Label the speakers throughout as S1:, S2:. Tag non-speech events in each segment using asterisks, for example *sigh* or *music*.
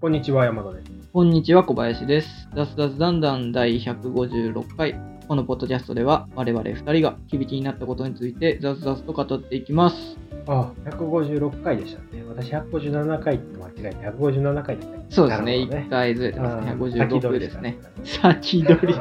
S1: こんにちは、山田です。
S2: こんにちは、小林です。雑雑談談第156回。このポッドキャストでは、我々2人が響きになったことについて、雑々と語っていきます。
S1: ああ、156回でしたね。私、157回って間違えて、157回だったね
S2: そうですね、
S1: なる
S2: 1回ずれて
S1: ほど
S2: ます
S1: ね
S2: ね。
S1: うん先取
S2: 156
S1: り
S2: で
S1: し
S2: す
S1: た
S2: ね。先取り。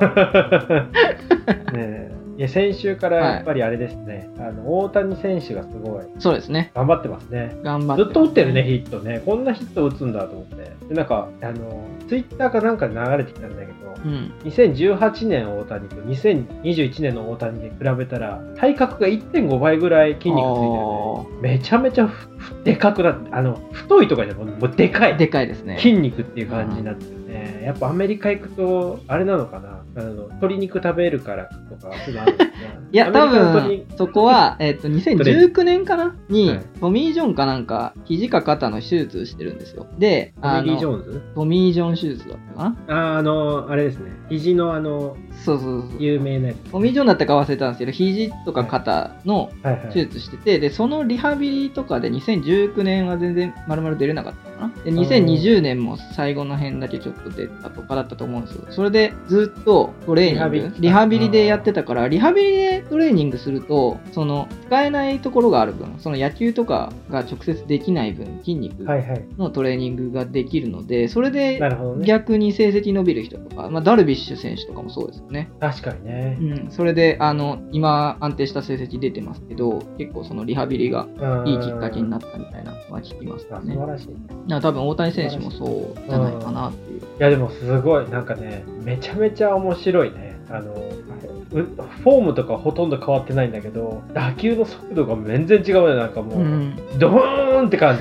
S1: ね *laughs*
S2: *laughs*
S1: えいや先週からやっぱりあれですね、あの大谷選手がすごい
S2: そうですね。
S1: 頑張ってますね。
S2: 頑張って。
S1: ずっと打ってるね、。ヒットね。こんなヒット打つんだと思って。でなんか、あの、ツイッターかなんかで流れてきたんだけど、
S2: うん。
S1: 2018年大谷と2021年の大谷で比べたら、体格が1.5倍ぐらい筋肉ついてるね。めちゃめちゃふふでかくなって、あの、太いとかじゃなくてもうでか
S2: あー
S1: い。
S2: でかいですね。
S1: 筋肉っていう感じになってるね。やっぱアメリカ行くと、あれなのかなあの鶏肉食べるからとか、そういうのあるのかな
S2: *laughs* いや、多
S1: アメリカの鶏
S2: 分そこは、えっと2019年かなに、
S1: はい
S2: トミー・ジョンかなんか、肘か肩の手術してるんですよ。で、
S1: ト
S2: あ
S1: ミー・ジョ
S2: の
S1: ーンズ
S2: トミー・ジョン手術だったかな
S1: あーあの、あれですね。肘のあの、
S2: そうそうそう。
S1: 有名なやつ。
S2: トミー・ジョンだったか忘れたんですけど、肘とか肩の
S1: はいはい
S2: 手術してて、で、そのリハビリとかで2019年は全然丸々出れなかったのかな。で、2020年も最後の辺だけちょっと出たとかだったと思うんですよ。それでずっとトレーニング、
S1: リ
S2: リ
S1: ハ
S2: ハ
S1: ビ
S2: ビ
S1: リ
S2: リでやってたから、リハビリでトレーニングすると、その使えないところがある分、その野球とかが直接できない分、筋肉
S1: はいはい。
S2: のトレーニングができるので、それで
S1: なるほどね。
S2: 逆に成績伸びる人とか、まあ、ダルビッシュ選手とかもそうですよね。
S1: 確かにね。
S2: うん、それであの今安定した成績出てますけど結構そのリハビリがいいきっかけにな
S1: っ
S2: ったみたいなのは聞きます
S1: た
S2: よ
S1: 素
S2: ね
S1: 晴らしい。い
S2: だから多分大谷選手もそうじゃないかなっていう
S1: やでもすごい、なんかね、めちゃめちゃ面白いね。あの、うフォームとかほとんど変わってないんだけど、打球の速度が全然違うね。なんかも
S2: う
S1: う、
S2: ん
S1: ドーンって
S2: *laughs*
S1: 感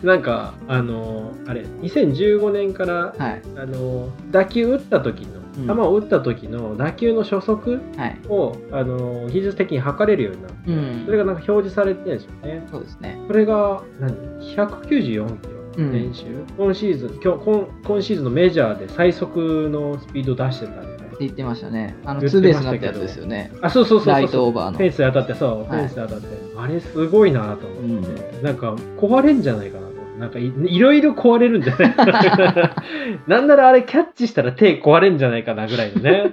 S1: じ。なんか、あの、あれ、2015年から、
S2: はい
S1: あの、打球打った時
S2: うん
S1: の、球を打った時の打球の初速
S2: はい
S1: を、あの、技術的に測れるようになって、
S2: うん
S1: それがなんか表示されてるんですよね。
S2: そうですね
S1: これが何194キ
S2: う
S1: ロ
S2: ん
S1: 練習、今シーズン今日今今シーズンのメジャーで最速のスピード出してたんで、ね
S2: っ、て言ってましたねあの
S1: 言っ
S2: ツ
S1: て
S2: ー
S1: まし
S2: ベー
S1: た
S2: スに
S1: けど
S2: なったやつですよね
S1: あそうそうそうそう
S2: ライトオーバーの
S1: フェンスで当たってそう
S2: い
S1: フェンスで当たって、あれすごいなと
S2: う
S1: 思
S2: ん
S1: って、なんか壊れんじゃないかなとなんかいいろいろ壊れるんじゃないか
S2: *laughs*
S1: ななんならあれキャッチしたら手壊れんじゃないかなぐらいの
S2: *laughs*
S1: ね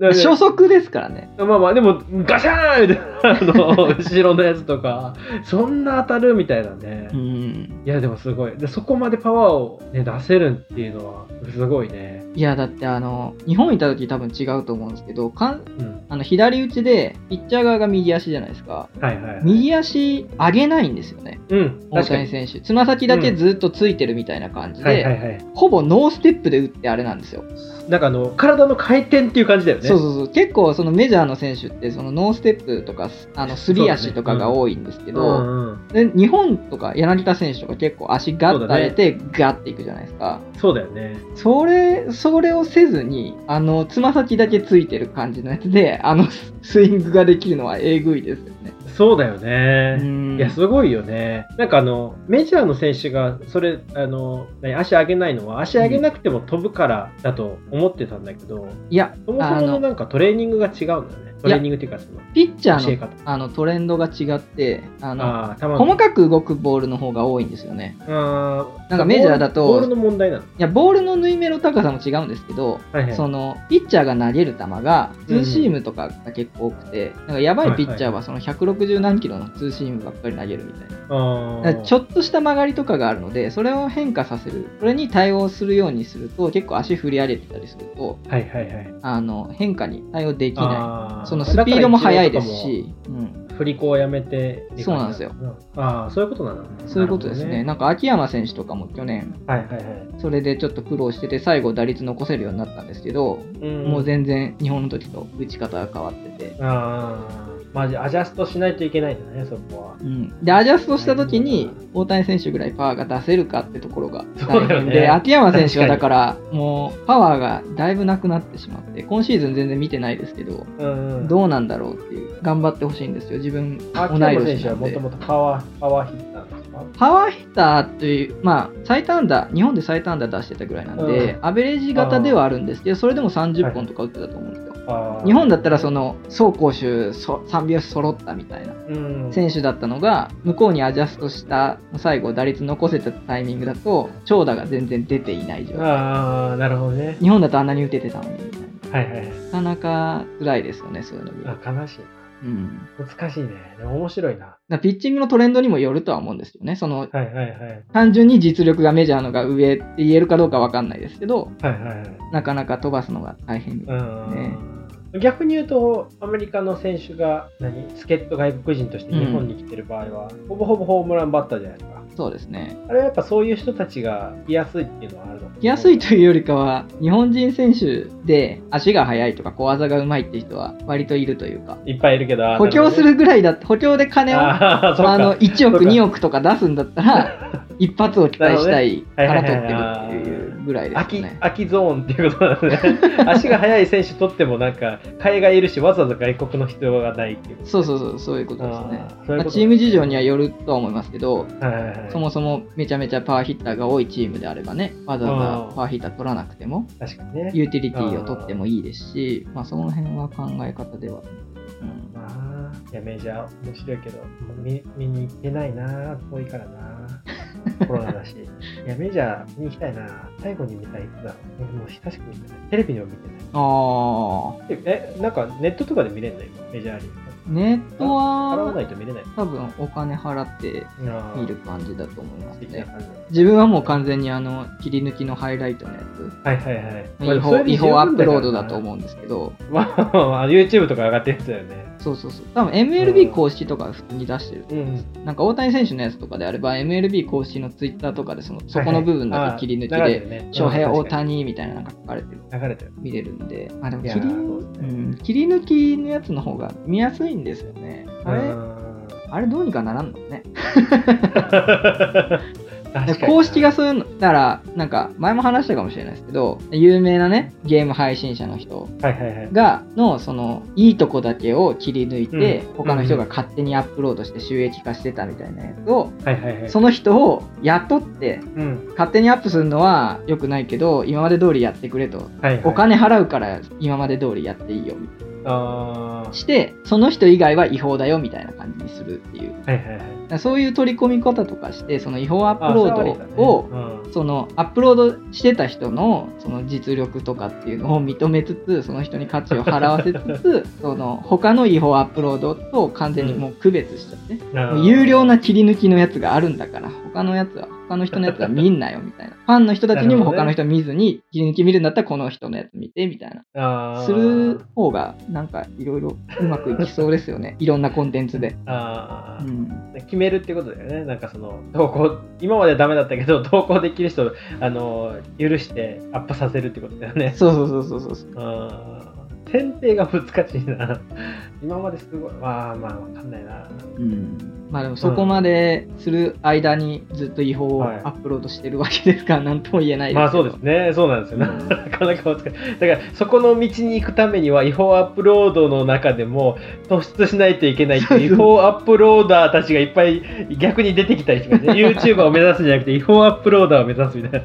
S1: だからね
S2: 初速ですからね
S1: まあまあでもガシャーンみたいなあの後ろのやつとかそんな当たるみたいなね、
S2: うん
S1: いやでもすごいでそこまでパワーを、ね、出せるっていうのはすごいね、
S2: いやだってあの日本いた時多分違うと思うんですけどかん
S1: うん、
S2: あの左打ちでピッチャー側が右足じゃないですか
S1: はいはいはい
S2: 右足上げないんですよね
S1: うん
S2: 大
S1: 確か
S2: 谷
S1: に
S2: 選手つま先だけずっとついてるみたいな感じで、
S1: はいはいはい
S2: ほぼノーステップで打ってあれなんですよ、
S1: なんかあの体の回転っていう感じだよね
S2: そうそうそう結構そのメジャーの選手ってそのノーステップとかすあのすり足とかが多いんですけ
S1: う
S2: ど、
S1: んうん
S2: で日本とか柳田選手とか結構足ガッと上げてガッていくじゃないですか
S1: そうだよね
S2: それそれをせずにあのつま先だけついてる感じのやつであの *laughs* ススイングができるのはえぐいですよね
S1: そうだよ
S2: う
S1: ね、
S2: ん
S1: いやすごいよねなんかあのメジャーの選手がそれあの何足上げないのは足上げなくても飛ぶからだと思ってたんだけど、
S2: いや
S1: そもそも
S2: あ
S1: の
S2: の
S1: なんかトレーニングが違うんだよねトレーニングっていうかその
S2: ピッチャ
S1: 教え
S2: ーの
S1: 方
S2: あのトレンドが違ってあの
S1: ああ球の
S2: 細かく動くボールの方が多いんですよね。
S1: あ
S2: なんかメジャーだと
S1: ボールの問題なの、
S2: いや、ボールの縫い目の高さも違うんですけど、
S1: はいはい、
S2: そのピッチャーが投げる球がツーシームとかが結構多くて、なんかやばいピッチャーはその160何キロのツーシームばっかり投げるみたいな。
S1: あ
S2: だ
S1: ー
S2: からちょっとした曲がりとかがあるので、それを変化させる、それに対応するようにすると、結構足振り上げてたりすると、
S1: はいはいはい。
S2: あの変化に対応できな
S1: あ
S2: い。そのスピードも速いです。し、うん、
S1: だから一応とかも振り子をやめてってい
S2: そうなんですよ
S1: 感じの。ああ、そういうことなの。
S2: そういうことですね。
S1: なる
S2: なんか秋山選手とかも去年、
S1: ほどね。はいはいはい。
S2: それでちょっと苦労してて最後打率残せるようになったんですけど、
S1: うん
S2: もう全然日本の時と打ち方が変わってて、
S1: ああ、まあじゃあアジャストしないといけないんだね、そこは。
S2: うん、でアジャストした時に大谷選手ぐらいパワーが出せるかってところが
S1: そう
S2: 大
S1: だよ
S2: 変
S1: ね
S2: で、秋山選手
S1: 確
S2: はだ
S1: か
S2: からもうパワーがだいぶなくなってしまって今シーズン全然見てないですけど
S1: うんうん。
S2: どうなんだろうっていう頑張ってほしいんですよ自分同
S1: 秋山
S2: い
S1: 選
S2: 年
S1: 手
S2: な
S1: は
S2: ん
S1: もと
S2: で。
S1: もとパワー、パワーヒッターですか
S2: パワーヒッターという、まあ、最短打、日本で最短打出してたぐらいなんで、アベレージ型ではあるんですけど、それでも30本とか打ってたと思うんですよ。
S1: あー
S2: 日本だったらその走攻守そ3拍子揃ったみたいな
S1: うん
S2: 選手だったのが向こうにアジャストした最後打率残せたタイミングだと長打が全然出ていない状態
S1: ああ、なるほどね。
S2: 日本だとあんなに打ててたのにみたいな
S1: はいはい。
S2: なかなか辛いですよねそういうの見る
S1: あ悲しい。
S2: うん
S1: 難しいね。でも面白いな。
S2: だからピッチングのトレンドにもよるとは思うんですよね。その
S1: はいはいはい。
S2: 単純に実力がメジャーのが上って言えるかどうかわかんないですけど、
S1: はいはいはい。
S2: なかなか飛ばすのが大変みたいな。
S1: うん逆に言うと、アメリカの選手が何、助っ人外国人として日本に来てる場合は、ほぼほぼホームランバッターじゃないですか。
S2: そうですね。
S1: あれはやっぱそういう人たちが来やすいっていうのはあるの
S2: 来やすいという
S1: う。
S2: よりかは、日本人選手で足が速いとか小技がうまいって人は割といるというか、
S1: いっぱいいるけど、
S2: 補強するぐらいだ補強で金を、
S1: あーそうか
S2: あの、1
S1: そう
S2: 億、
S1: か
S2: 2億とか出すんだっ
S1: *laughs*
S2: たら、一発を期待したいから取ってるっていうぐらいで
S1: 空
S2: す
S1: き
S2: ね。
S1: 空きゾーンっていうことなんでね *laughs* 足が速い選手取ってもなんか替えがいるしわざわざ外国の必要がないっていう
S2: そうそうそう、そういうことですね。
S1: あーそういう
S2: まあ
S1: こと
S2: チーム事情にはよるとは思いますけど、
S1: はいはいはい
S2: そもそもめちゃめちゃパワーヒッターが多いチームであればね、わざわ
S1: うん
S2: ざパワーヒッター取らなくても、
S1: 確かにね
S2: ユーティリティを取ってもいいですし、まあ、その辺は考え方では。うん
S1: まあいやメジャー面白いけどもう見見に行けないな遠いからな
S2: *laughs*
S1: コロナだしいやメジャー見に行きたいな最後に見たいいつだろうもう親しく見てないテレビでも見てない
S2: ああ、
S1: えなんかネットとかで見れんの今メジャーリーグ
S2: ネット
S1: 払わな
S2: はい
S1: と見れない
S2: 多分お金払って
S1: な
S2: 見る感じだと思います
S1: 的な
S2: ね。
S1: 感じ
S2: 自分はもう完全にあの切り抜きのハイライトのや
S1: はいはいはい
S2: つ、違
S1: まあそ
S2: 法
S1: れで
S2: 違
S1: 十分
S2: 法
S1: よ
S2: アップロードだと
S1: な
S2: 思うんですけど、
S1: *laughs* まあまあまあ、YouTube とか上がってるやつだよね。
S2: そうそうそう、多分 MLB 公式とか普通に出してる
S1: うん。
S2: なんか大谷選手のやつとかであれば MLB 公式のツイッターとかでそのそこの部分だけ切り抜き
S1: はいはいあ
S2: で
S1: ー流れてるね
S2: 「翔平
S1: うん
S2: 大
S1: 確かに
S2: 谷」みたいななんか書かれてる
S1: 流れてる。
S2: 見れるんであでも
S1: いや
S2: 切り,、うん、切り抜きのやつの方が見やすいんですよねあれ、
S1: うん
S2: あれどうにかならんのね
S1: 確かに
S2: *laughs* 公式がそういうのだからなんか前も話したかもしれないですけど有名なねゲーム配信者の人
S1: はいはいはい。
S2: がのそのいいとこだけを切り抜いて、
S1: うん
S2: 他の人が勝手にアップロードして収益化してたみたいなやつを、
S1: はいはいはい。
S2: その人を雇って
S1: うん。
S2: 勝手にアップするのは良くないけど今まで通りやってくれと
S1: はいはい。
S2: お金払うから今まで通りやっていいよみたい
S1: あ
S2: なしてその人以外は違法だよみたいな感じにするっていうだ
S1: ーはいはいはい。
S2: からそういう取り込み方とかしてその違法ア
S1: あ
S2: ップロ
S1: そう
S2: ードを
S1: なんだね
S2: そのアップロードしてた人のその実力とかっていうのを認めつつその人に価値を払わせつ *laughs* つその他の違法アップロードと完全にもう区別しちゃって
S1: うんあー
S2: もう有料な切り抜きのやつがあるんだから他のやつは他の人のやつは見んなよみ *laughs* たいなファンの人たちに
S1: なる
S2: も
S1: ほ
S2: 他
S1: ど
S2: の
S1: ね
S2: 人見ずに切り抜き見るんだったらこの人のやつ見てみたいな
S1: あー
S2: する方がなんかいろいろうまくいきそうですよねいろんなコンテンツで、
S1: あ
S2: う
S1: ー
S2: ん、
S1: 決めるってことだよねなんかその投稿今までダメだったけど投稿できる人あの許してアップさせるってことだよね
S2: そうそうそうそうそう
S1: あー選定が難しいな。今まですごい。まあまあ、わかんないな。
S2: うんまあでもそこまでする間にずっと違法を
S1: はい
S2: アップロードしてるわけですから何とも言えない
S1: まあ
S2: け
S1: そ
S2: ど
S1: うですね。そうなんですよ。
S2: う
S1: なんかなか難しい。だから、そこの道に行くためには違法アップロードの中でも突出しないといけないっていう違法アップローダーたちがいっぱい逆に出てきたりします *laughs* ね。YouTuber を目指すんじゃなくて違法アップローダーを目指すみたい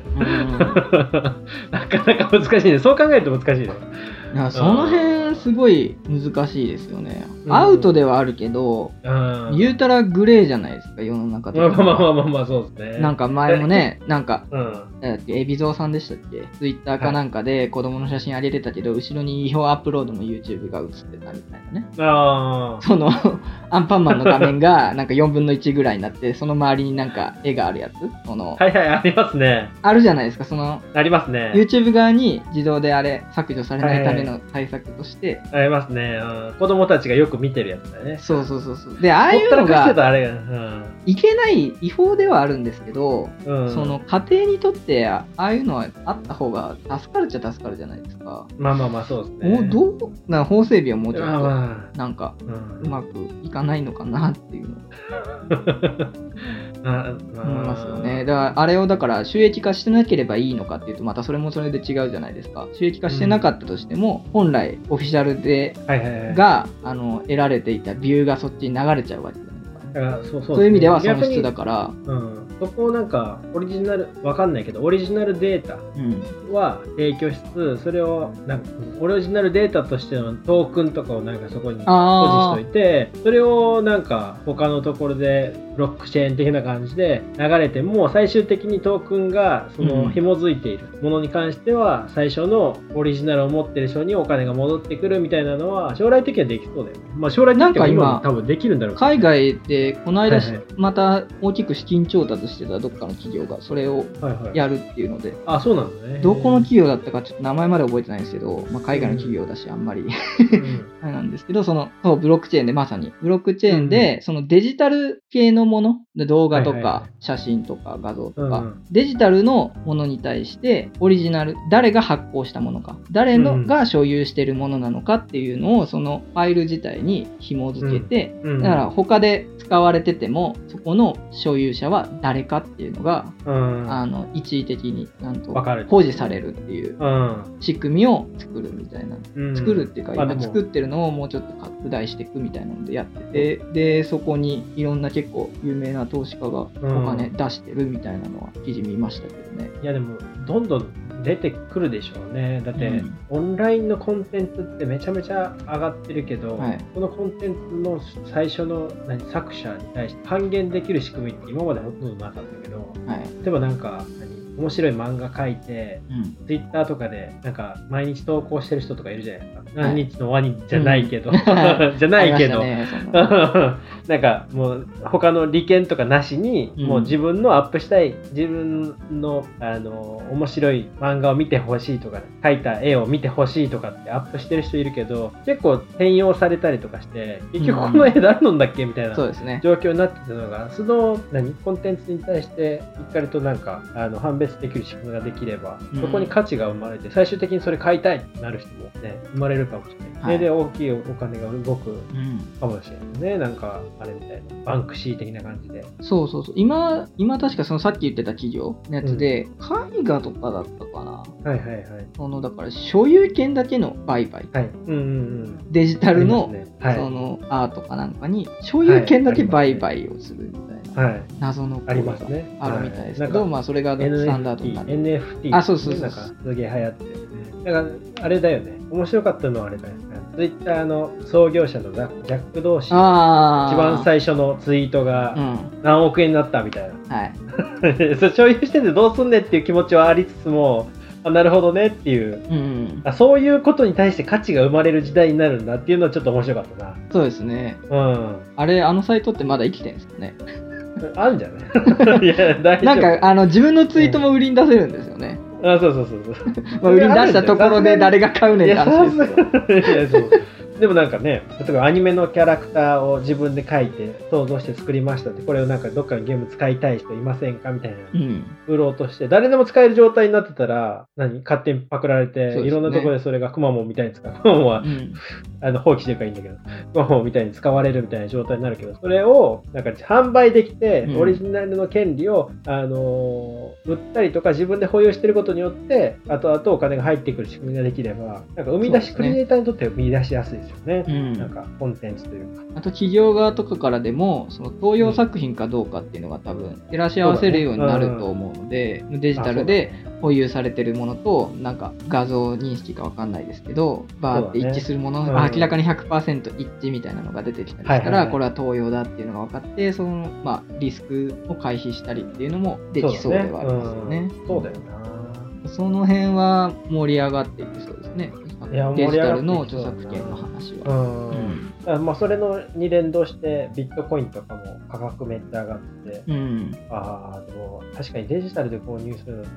S1: な。 *laughs*
S2: うん
S1: なかなか難しいね。そう考えると難しいね。 *laughs*
S2: いやその辺すごい難しいですよね
S1: うん
S2: アウトではあるけど
S1: うん。
S2: 言うたらグレーじゃないですか世の中で
S1: まあまあまあまあまあ、そうですね。
S2: なん
S1: か、
S2: か前もね、 *laughs* なんか、
S1: うん。
S2: えっと海老蔵さんでしたっけツイッターかなんかで子供の写真あげてたけど、後ろに違法アップロードの YouTube が映ってたみたいなね。
S1: あ
S2: その、アンパンマンの画面がなんか4分の1ぐらいになって、その周りになんか絵があるやつその、
S1: あ。はいはい、ありますね。
S2: あるじゃないですか、その、
S1: ありますね。
S2: YouTube 側に自動であれ削除されないための対策として、
S1: ありますね、うん、子供たちがよく見てるやつだね。
S2: そうそうそうそう。で、ああ
S1: ほ
S2: い
S1: っ
S2: う
S1: たら
S2: の
S1: かして
S2: が
S1: たあれが、うん
S2: いけない違法ではあるんですけど、
S1: うん、
S2: その家庭にとってあああいうのはあった方が助かるっちゃ助かるじゃないですか。
S1: まあまあまあそうですね。
S2: もうどうな法整備はもうちょっ
S1: まあ
S2: と
S1: ま
S2: なんか
S1: あ、うん *laughs*
S2: うまくいかないのかなっていうのを
S1: あまあ
S2: 思いますよね。だからあれをだから収益化してなければいいのかっていうとまたそれもそれで違うじゃないですか。収益化してなかったとしても、本来オフィシャルで
S1: はいはいはい。
S2: があの得られていたビューがそっちに流れちゃうわけじゃないですか。
S1: だからそうそう
S2: そういう意味では損
S1: 逆に
S2: 失だから、
S1: うん、そこをなんかオリジナルわかんないけどオリジナルデータ
S2: うん、
S1: は提供しつつそれをなんかオリジナルデータとしてのトークンとかをなんかそこに
S2: あ
S1: 保持しといてそれをなんか他のところでブロックチェーン的な感じで流れても最終的にトークンがそ
S2: うん
S1: の紐づいているものに関しては最初のオリジナルを持ってる人にお金が戻ってくるみたいなのは将来的にはできそうだよね、まあ、将来的には今
S2: なん
S1: も
S2: か今
S1: 多分できるんだろうけど
S2: 海外でこの間、
S1: はいはい
S2: また大きく資金調達してたどっかの企業がそれを
S1: はいはい、
S2: やるっていうので
S1: あそうなんだね
S2: どこの企業だったかちょっと名前まで覚えてないんですけど、まあ、海外の企業だしあんまり *laughs*
S1: うん
S2: あれなんですけどそのそうブロックチェーンでまさにブロックチェーンでそのデジタル系のもので動画と
S1: はいはいは
S2: か写真とか画像と
S1: うんう
S2: か
S1: ん
S2: デジタルのものに対してオリジナル誰が発行したものか誰
S1: う
S2: の
S1: ん
S2: が所有しているものなのかっていうのをそのファイル自体に紐付けて
S1: うん
S2: だから他で使われててもそこの所有者は誰かっていうのが、
S1: うん
S2: あの一時的になんと
S1: わかる
S2: 保持されるっていう
S1: うん
S2: 仕組みを作るみたいな、
S1: うん
S2: 作るっていうか
S1: あで
S2: 今
S1: も
S2: 作ってるのをもうちょっと拡大していくみたいなのでやっててでそこにいろんな結構有名な投資家がお
S1: うん
S2: 金出してるみたいなのは記事見ましたけどね。
S1: いやでもどんどん出てくるでしょうねだって、
S2: うん
S1: オンラインのコンテンツってめちゃめちゃ上がってるけど、
S2: はい
S1: このコンテンツの最初の何作者に対して還元できる仕組みって今までほとんどなかったけど
S2: はい
S1: 例えばなんか何面白い漫画描いて
S2: うん
S1: ツイッターとかでなんか毎日投稿してる人とかいるじゃないですか何日のワニじゃないけど、
S2: ん
S1: *laughs* じゃないけど、
S2: ありましたねそんな
S1: *laughs* なんかもう他の利権とかなしに、
S2: うん
S1: もう自分のアップしたい自分のあの面白い漫画を見てほしいとか描いた絵を見てほしいとかってアップしてる人いるけど結構転用されたりとかして結局この絵誰なんだっけみたいな
S2: そうですね。
S1: 状況になってたのがその何コンテンツに対してしっかりとなんかあの判別できる仕組みができれば、
S2: うん
S1: そこに価値が生まれて最終的にそれ買いたいってなる人もね生まれるかもしれない、
S2: はい
S1: それで大きいお金が動く
S2: うん
S1: かもしれないね。なんか、あれみたいな。バンクシー的な感じで。
S2: そうそうそう今今確かそのさっき言ってた企業のやつで、絵画とかだったかな
S1: はいはいはい。
S2: そのだから所有権だけの売買
S1: はい。うんうんうん。
S2: デジタルの、
S1: ありますねはい
S2: そのアートかなんかに所有権だけ売買をするみたいな、
S1: はい。
S2: 謎の行為が
S1: ありますね。
S2: あるみたいですけど、
S1: は
S2: まあそれが
S1: なんか
S2: スタンダードになる
S1: NFT。NFT
S2: あそうそうそう
S1: なんか、すげえ流行ってるね。だから、あれだよね。面白かったのはあれだよね。ツイッターの創業者のザジャック・同士一
S2: ああ
S1: 番最初のツイート
S2: う
S1: が
S2: ん
S1: 何億円になったみたいな。 *laughs*
S2: はい
S1: そう所有しててどうすんねんっていう気持ちはありつつも、あなるほどねっていう。
S2: うん
S1: あそういうことに対して価値が生まれる時代になるんだっていうのはちょっと面白かったな。
S2: そうですね
S1: うん。
S2: あれあのサイトってまだ生きてるんですかね
S1: あるんじゃない *laughs* いや、大丈夫。
S2: なんかあの自分のツイートも売りに出せるんですよね、
S1: あ、そうそうそうそう。
S2: まあ、売りに出したところで誰が買うねんって話ですけど
S1: いやそうでもなんかね、例えばアニメのキャラクターを自分で書いて、想像して作りましたって、これをなんかどっかのゲーム使いたい人いませんかみたいな
S2: う。ん
S1: 売ろうとして、誰でも使える状態になってたら、何勝手にパクられて、
S2: そうですね
S1: いろんなところでそれがくまモンみたいに使う。くまモンは
S2: うん
S1: あの放棄してるからいいんだけど、ゴムみたいに使われるみたいな状態になるけど、それをなんか販売できて
S2: う、ん
S1: オリジナルの権利を、あのー売ったりとか、自分で保有してることによって、後々お金が入ってくる仕組みができれば、なんか生み出し、
S2: そうですね
S1: クリエイターにとっては生み出しやすいですよね。
S2: うん
S1: なんかコンテンツというか。
S2: あと企業側とかからでもその東洋作品かどうかっていうのが多分照らし合わせるようになると思うのでデジタルで保有されてるものとなんか画像認識かわかんないですけどバーって一致するもの、
S1: そうだねうん
S2: 明らかに100%一致みたいなのが出てきたりした
S1: は
S2: ら、
S1: いはいはい
S2: これは東洋だっていうのが分かってその、まあ、リスクを回避したりっていうのもできそうではありますよね。
S1: そうだよねうん
S2: その辺は盛り上がっていくそうですね
S1: いや。
S2: デジタル
S1: 盛り上
S2: の
S1: がっていきそうだな
S2: 著作権の話
S1: そうだ
S2: は。
S1: よな。
S2: う
S1: うん。
S2: ん
S1: だからまあそれのに連動して、ビットコインとかも価格めっちゃ上がって、
S2: うん
S1: ああ、でも確かにデジタルで購入するのと、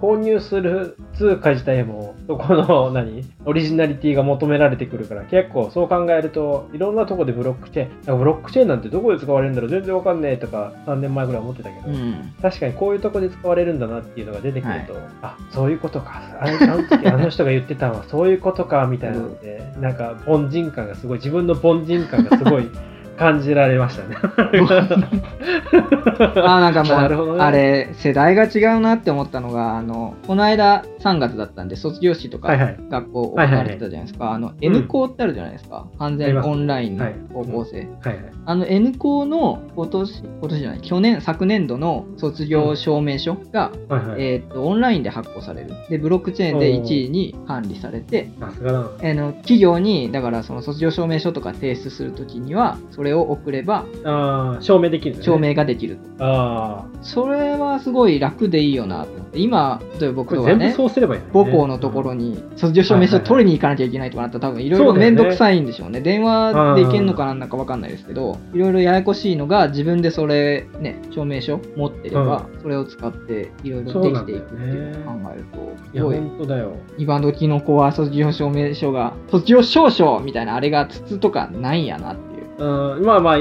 S1: 購入する通貨自体も、そこの何、オリジナリティが求められてくるから、結構そう考えると、いろんなとこでブロックチェーン、なんかブロックチェーンなんてどこで使われるんだろう、全然わかんねえとか、3年前ぐらい思ってたけど、
S2: うん
S1: 確かにこういうとこで使われるんだなっていうのが出てくると、
S2: は
S1: あそういうことか、あれあの時あの人が言ってたのはそういうことかみたいなので、なんか凡人感がすごい、自分の凡人感がすごい感じられましたね。
S2: *laughs* あーなんかも
S1: *laughs* なるほど
S2: う、
S1: ね
S2: あれ世代が違うなって思ったのがあのこの間3月だったんで卒業式とか、
S1: はいはい。
S2: 学校行われてたじゃないですか、あの N 校ってあるじゃないですか、完
S1: あり
S2: 全
S1: ます
S2: オンラインの
S1: はい
S2: 高校生、
S1: はいはい。
S2: あの N 校の今年今年じゃない去年昨年度の卒業証明書が、
S1: はいはい。
S2: えーっとオンラインで発行されるでブロックチェーンで1位に管理されて
S1: さすがだな。
S2: あの企業にだからその卒業証明書とか提出するときにはそれを送れば
S1: ああ、証明できるんだね
S2: 証。明ができると、
S1: ああ。
S2: それはすごい楽でいいよなと思って今例えば
S1: こ
S2: 僕
S1: れ
S2: とか
S1: 全部
S2: ね
S1: そうすればいい、ね。
S2: 母校のところ
S1: に。
S2: に卒業証明書取りに行かなきゃいけないとかなったら多分いろい
S1: そ
S2: ろ
S1: うだよね
S2: 面倒くさいんでしょうね電話で行けんのかなんだか分かんないですけどいろいろややこしいのが自分でそれね証明書持ってればそれを使っていろいろできていくっていうのを考えると
S1: い
S2: す
S1: や、
S2: ごい
S1: 本当だよ。
S2: 今時の子は卒業証明書が卒業証書みたいなあれが筒とかないんやなっていう
S1: *laughs* うん、まあまあ、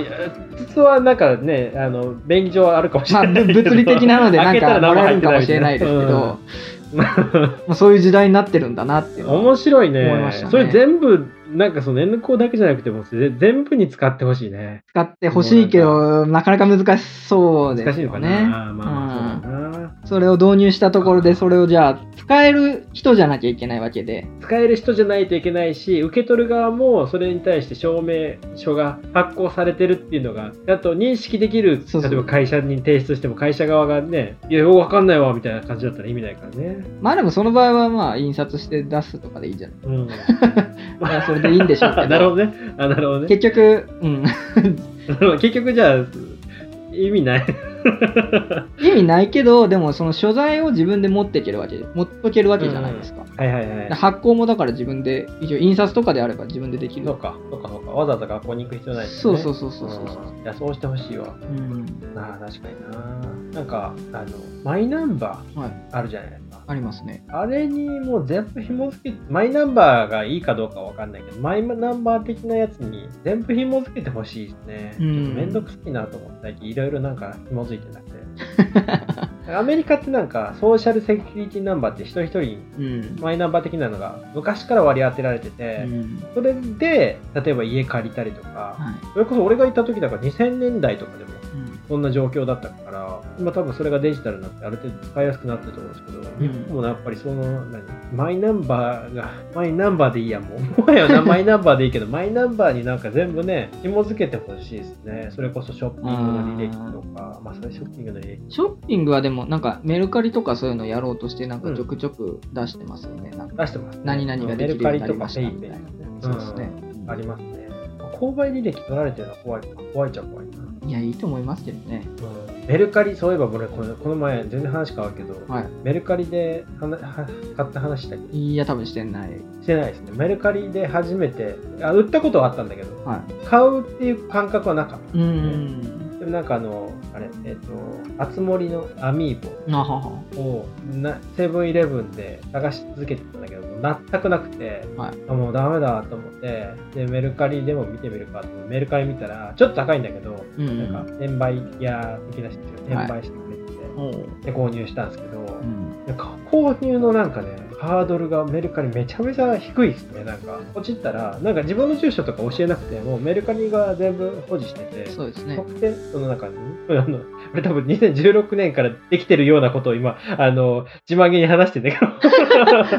S1: 実はなんかね、あの、便宜上はあるかもし
S2: まあ
S1: れないけど。
S2: 物理的なのでなん
S1: *laughs* 開け
S2: か
S1: た
S2: も
S1: ら
S2: ら
S1: 生入
S2: える
S1: っ
S2: ん
S1: て
S2: か
S1: た
S2: も
S1: み
S2: したれ
S1: い
S2: ないですけど、
S1: うん
S2: まあ、そういう時代になってるんだなっていうのは
S1: 面白いね。
S2: 思いましたね
S1: それ全部、なんかその N 校だけじゃなくても、ぜ全部に使ってほしいね。
S2: 使ってほしいけどなかなか難しそうで
S1: 難
S2: す
S1: しいの
S2: よ
S1: か
S2: ね
S1: な。まあまあ、そうだな。
S2: それを導入したところでそれをじゃあ使える人じゃなきゃいけないわけで
S1: 使える人じゃないといけないし、受け取る側もそれに対して証明書が発行されてるっていうのが、あと認識できる、
S2: そうそう
S1: 例えば会社に提出しても会社側がね、いや、よくわかんないわみたいな感じだったら意味ないからね。
S2: まあでもその場合はまあ印刷して出すとかでいいじゃない
S1: うん。
S2: まあそれでいいんでしょうけ
S1: *laughs*
S2: ど
S1: なるほどね。あなるほどね。
S2: 結局、うん、
S1: なるほど *laughs* 結局じゃあ、意味ない。
S2: *laughs* 意味ないけどでもその所在を自分で持っていけるわけで持っとけるわけじゃないですか、
S1: はいはいはい
S2: で。発行もだから自分で一応印刷とかであれば自分ででき
S1: *laughs*
S2: る
S1: そうか、そうか、そうか。わざわざ学校に行く必要ないです
S2: そ
S1: ね。
S2: うそうそうそうそうそう
S1: うんいや、そうしてほしいわ。
S2: うん
S1: なあ、確かにな。なんか、あの、マイナンバー
S2: はい
S1: あるじゃないですか。
S2: ありますね
S1: あれにもう全部紐付けマイナンバーがいいかどうかわかんないけど、マイナンバー的なやつに全部紐付けてほしいですね。
S2: うん
S1: ちょっとめんどくさいなと思って、最近いろいろなんか紐付いてなくて。 *laughs* アメリカってなんかソーシャルセキュリティナンバーって一人一人
S2: うん、
S1: マイナンバー的なのが昔から割り当てられて
S2: う
S1: て、
S2: ん
S1: それで例えば家借りたりとか、
S2: はい
S1: それこそ俺がいた時だから2000年代とかでも
S2: うん
S1: そんな状況だったから、今多分それがデジタルになって、ある程度使いやすくなってると思うんですけど、
S2: ん
S1: 日本もやっぱりその、何マイナンバーが、 *laughs* マイナンバーでいいや、もう。も *laughs* はやな、マイナンバーでいいけど、マイナンバーになんか全部ね、紐付けてほしいですね。それこそショッピングの履歴とか、まあ、それショッピングの履歴。
S2: ショッピングはでもなんかメルカリとかそういうのやろうとしてなんかちょくちょく出してますよね。なんか
S1: 出してます、ね。
S2: 何々ができるようになりましたみたいな
S1: メルカリとかペイペイとかね
S2: そうですね。
S1: うんありますね。購買履歴取られてるのは怖い、怖いっちゃ怖いな。
S2: いや、いいと思いますけどね。
S1: うんメルカリ、そういえば俺、このこの前、全然話変わるけど、
S2: は
S1: メルカリではなは買った話したけど、
S2: い。いや、多分してない。
S1: してないですねメルカリで初めてあ売ったことはあったんだけど
S2: は
S1: 買うっていう感覚はなかっ
S2: い。うーん。
S1: たでもなんかあのあれえっ、とあつ森のアミー
S2: あはは。
S1: ボをなセブンイレブンで探し続けてたんだけど全くなくて、
S2: はい
S1: あもうダメだと思ってでメルカリでも見てみるかと思ってメルカリ見たらちょっと高いんだけど、
S2: うんう
S1: なん
S2: ん。
S1: か転売屋的な人が
S2: はい
S1: 転売してくれてて、
S2: おう
S1: で購入したんですけど、
S2: うん。
S1: なんか購入のなんかねハードルがメルカリめちゃめちゃ低いですねなんかポチったらなんか自分の住所とか教えなくてもうメルカリが全部保持してて
S2: そうですね。
S1: 特典その中にあの俺多分2016年からできてるようなことを今あの自慢げに話してんだけど
S2: *laughs*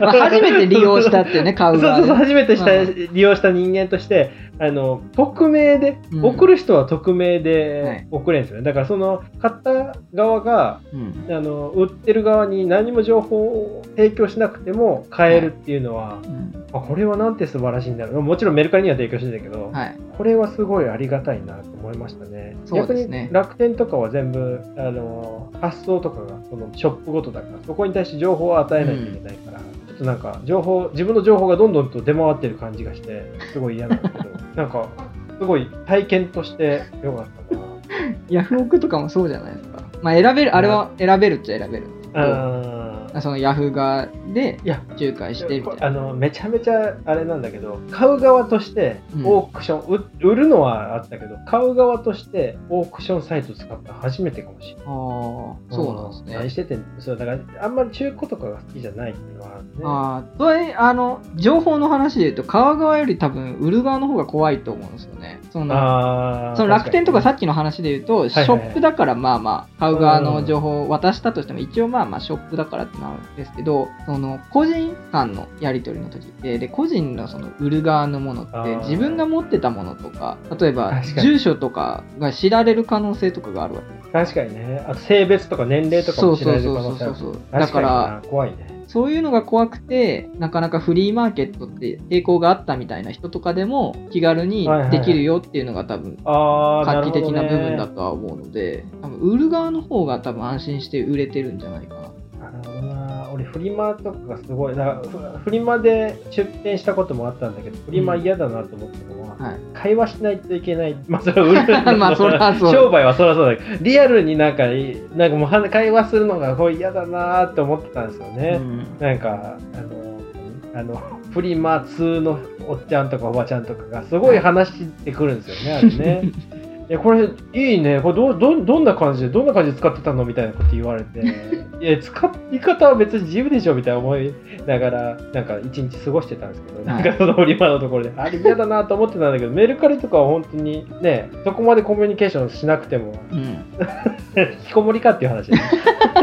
S2: まあ、初めて利用したっていう *laughs* ね、買
S1: そう
S2: う
S1: そうそう
S2: 側で。
S1: 初めてした、
S2: う
S1: 利用した人間としてあの匿名で、
S2: うん
S1: 送る人は匿名
S2: は
S1: で
S2: い
S1: 送れるんですよねだからその買った側が
S2: うん。
S1: あの売ってる側に何も情報を提供しなくても買えるっていうのは、
S2: うん
S1: あこれはなんて素晴らしいんだろうもちろんメルカリには提供してるんだけど、
S2: はい。
S1: これはすごいありがたいなと思いましたね
S2: そうですね
S1: 逆に楽天とかは全部あの発送とかがそのショップごとだからそこに対して情報を与えないといけないから、ちょっとなんか情報自分の情報がどんどんと出回ってる感じがしてすごい嫌なんだけ
S2: *laughs*
S1: どなんかすごい体験としてよかったな。
S2: ヤフオクとかもそうじゃないですか。まあ、選べる、あれは選べるっちゃ選べる。
S1: あ
S2: そのヤフー側で
S1: いや
S2: 仲介してみたい
S1: あ
S2: な。
S1: のめちゃめちゃあれなんだけど買う側としてオークション、う売るのはあったけど買う側としてオークションサイト使ったの初めてかもしれない
S2: ああ、そうなん
S1: 何
S2: ですね。
S1: しててそうだからあんまり中古とかが好きじゃないっていうのはあるね
S2: ああ、とはいえ、あの、情報の話で言うと、買う側より多分、売る側の方が怖いと思うんですよね。その
S1: あー
S2: その楽天とかさ
S1: 確
S2: っきの話で言うと、シ
S1: はい
S2: ョップだからまあまあ、買う側の情報を渡したとしても、一応まあまあ、ショップだからってなるんですけど、その、個人間のやり取りの時って、で、個人のその、売る側のものっ
S1: あ
S2: て
S1: ー、
S2: 自分が持ってたものとか、例えば、
S1: 確かに
S2: 住所とかが知られる可能性とかがあるわけ
S1: 確かにねあと性別とか年齢とかも知られる可能性ある
S2: そうそうそうそうそう。だ
S1: 確か
S2: か、
S1: らにな怖いね
S2: そういうのが怖くて、なかなかフリーマーケットって抵抗があったみたいな人とかでも、気軽にできるよっていうのが多分、
S1: ああ
S2: 画期的な部分だ
S1: と
S2: とは思うので、多分売る側の方が多分安心して売れてるんじゃないかな。
S1: なるほどな俺フリマとかがすごいだからフリマで出店したこともあったんだけどフリマ嫌だなと思ったのは、
S2: はい、
S1: 会話しないといけ
S2: *laughs*
S1: ない。まあ、それは売る
S2: まあそりゃそう
S1: 商売はそりゃそうだけど、リアルになんか、なんかもうは会話するのがこう嫌だなーって思ってたんですよね。なんか、あの、あの、フリマ通のおっちゃんとかおばちゃんとかがすごい話してくるんですよね、あれね。いやこれいいね、これどうどんどんな感じで、どんな感じで使ってたのみたいなこと言われて、いや使い方は別に自由でしょみたいな思いながら、なんか一日過ごしてたんですけど、なんかそのフリマのところで、あれ嫌だなと思ってたんだけど、メルカリとかは本当にね、そこまでコミュニケーションしなくても、
S2: うんうん
S1: *laughs* 引きこもりかっていう話ね
S2: *laughs*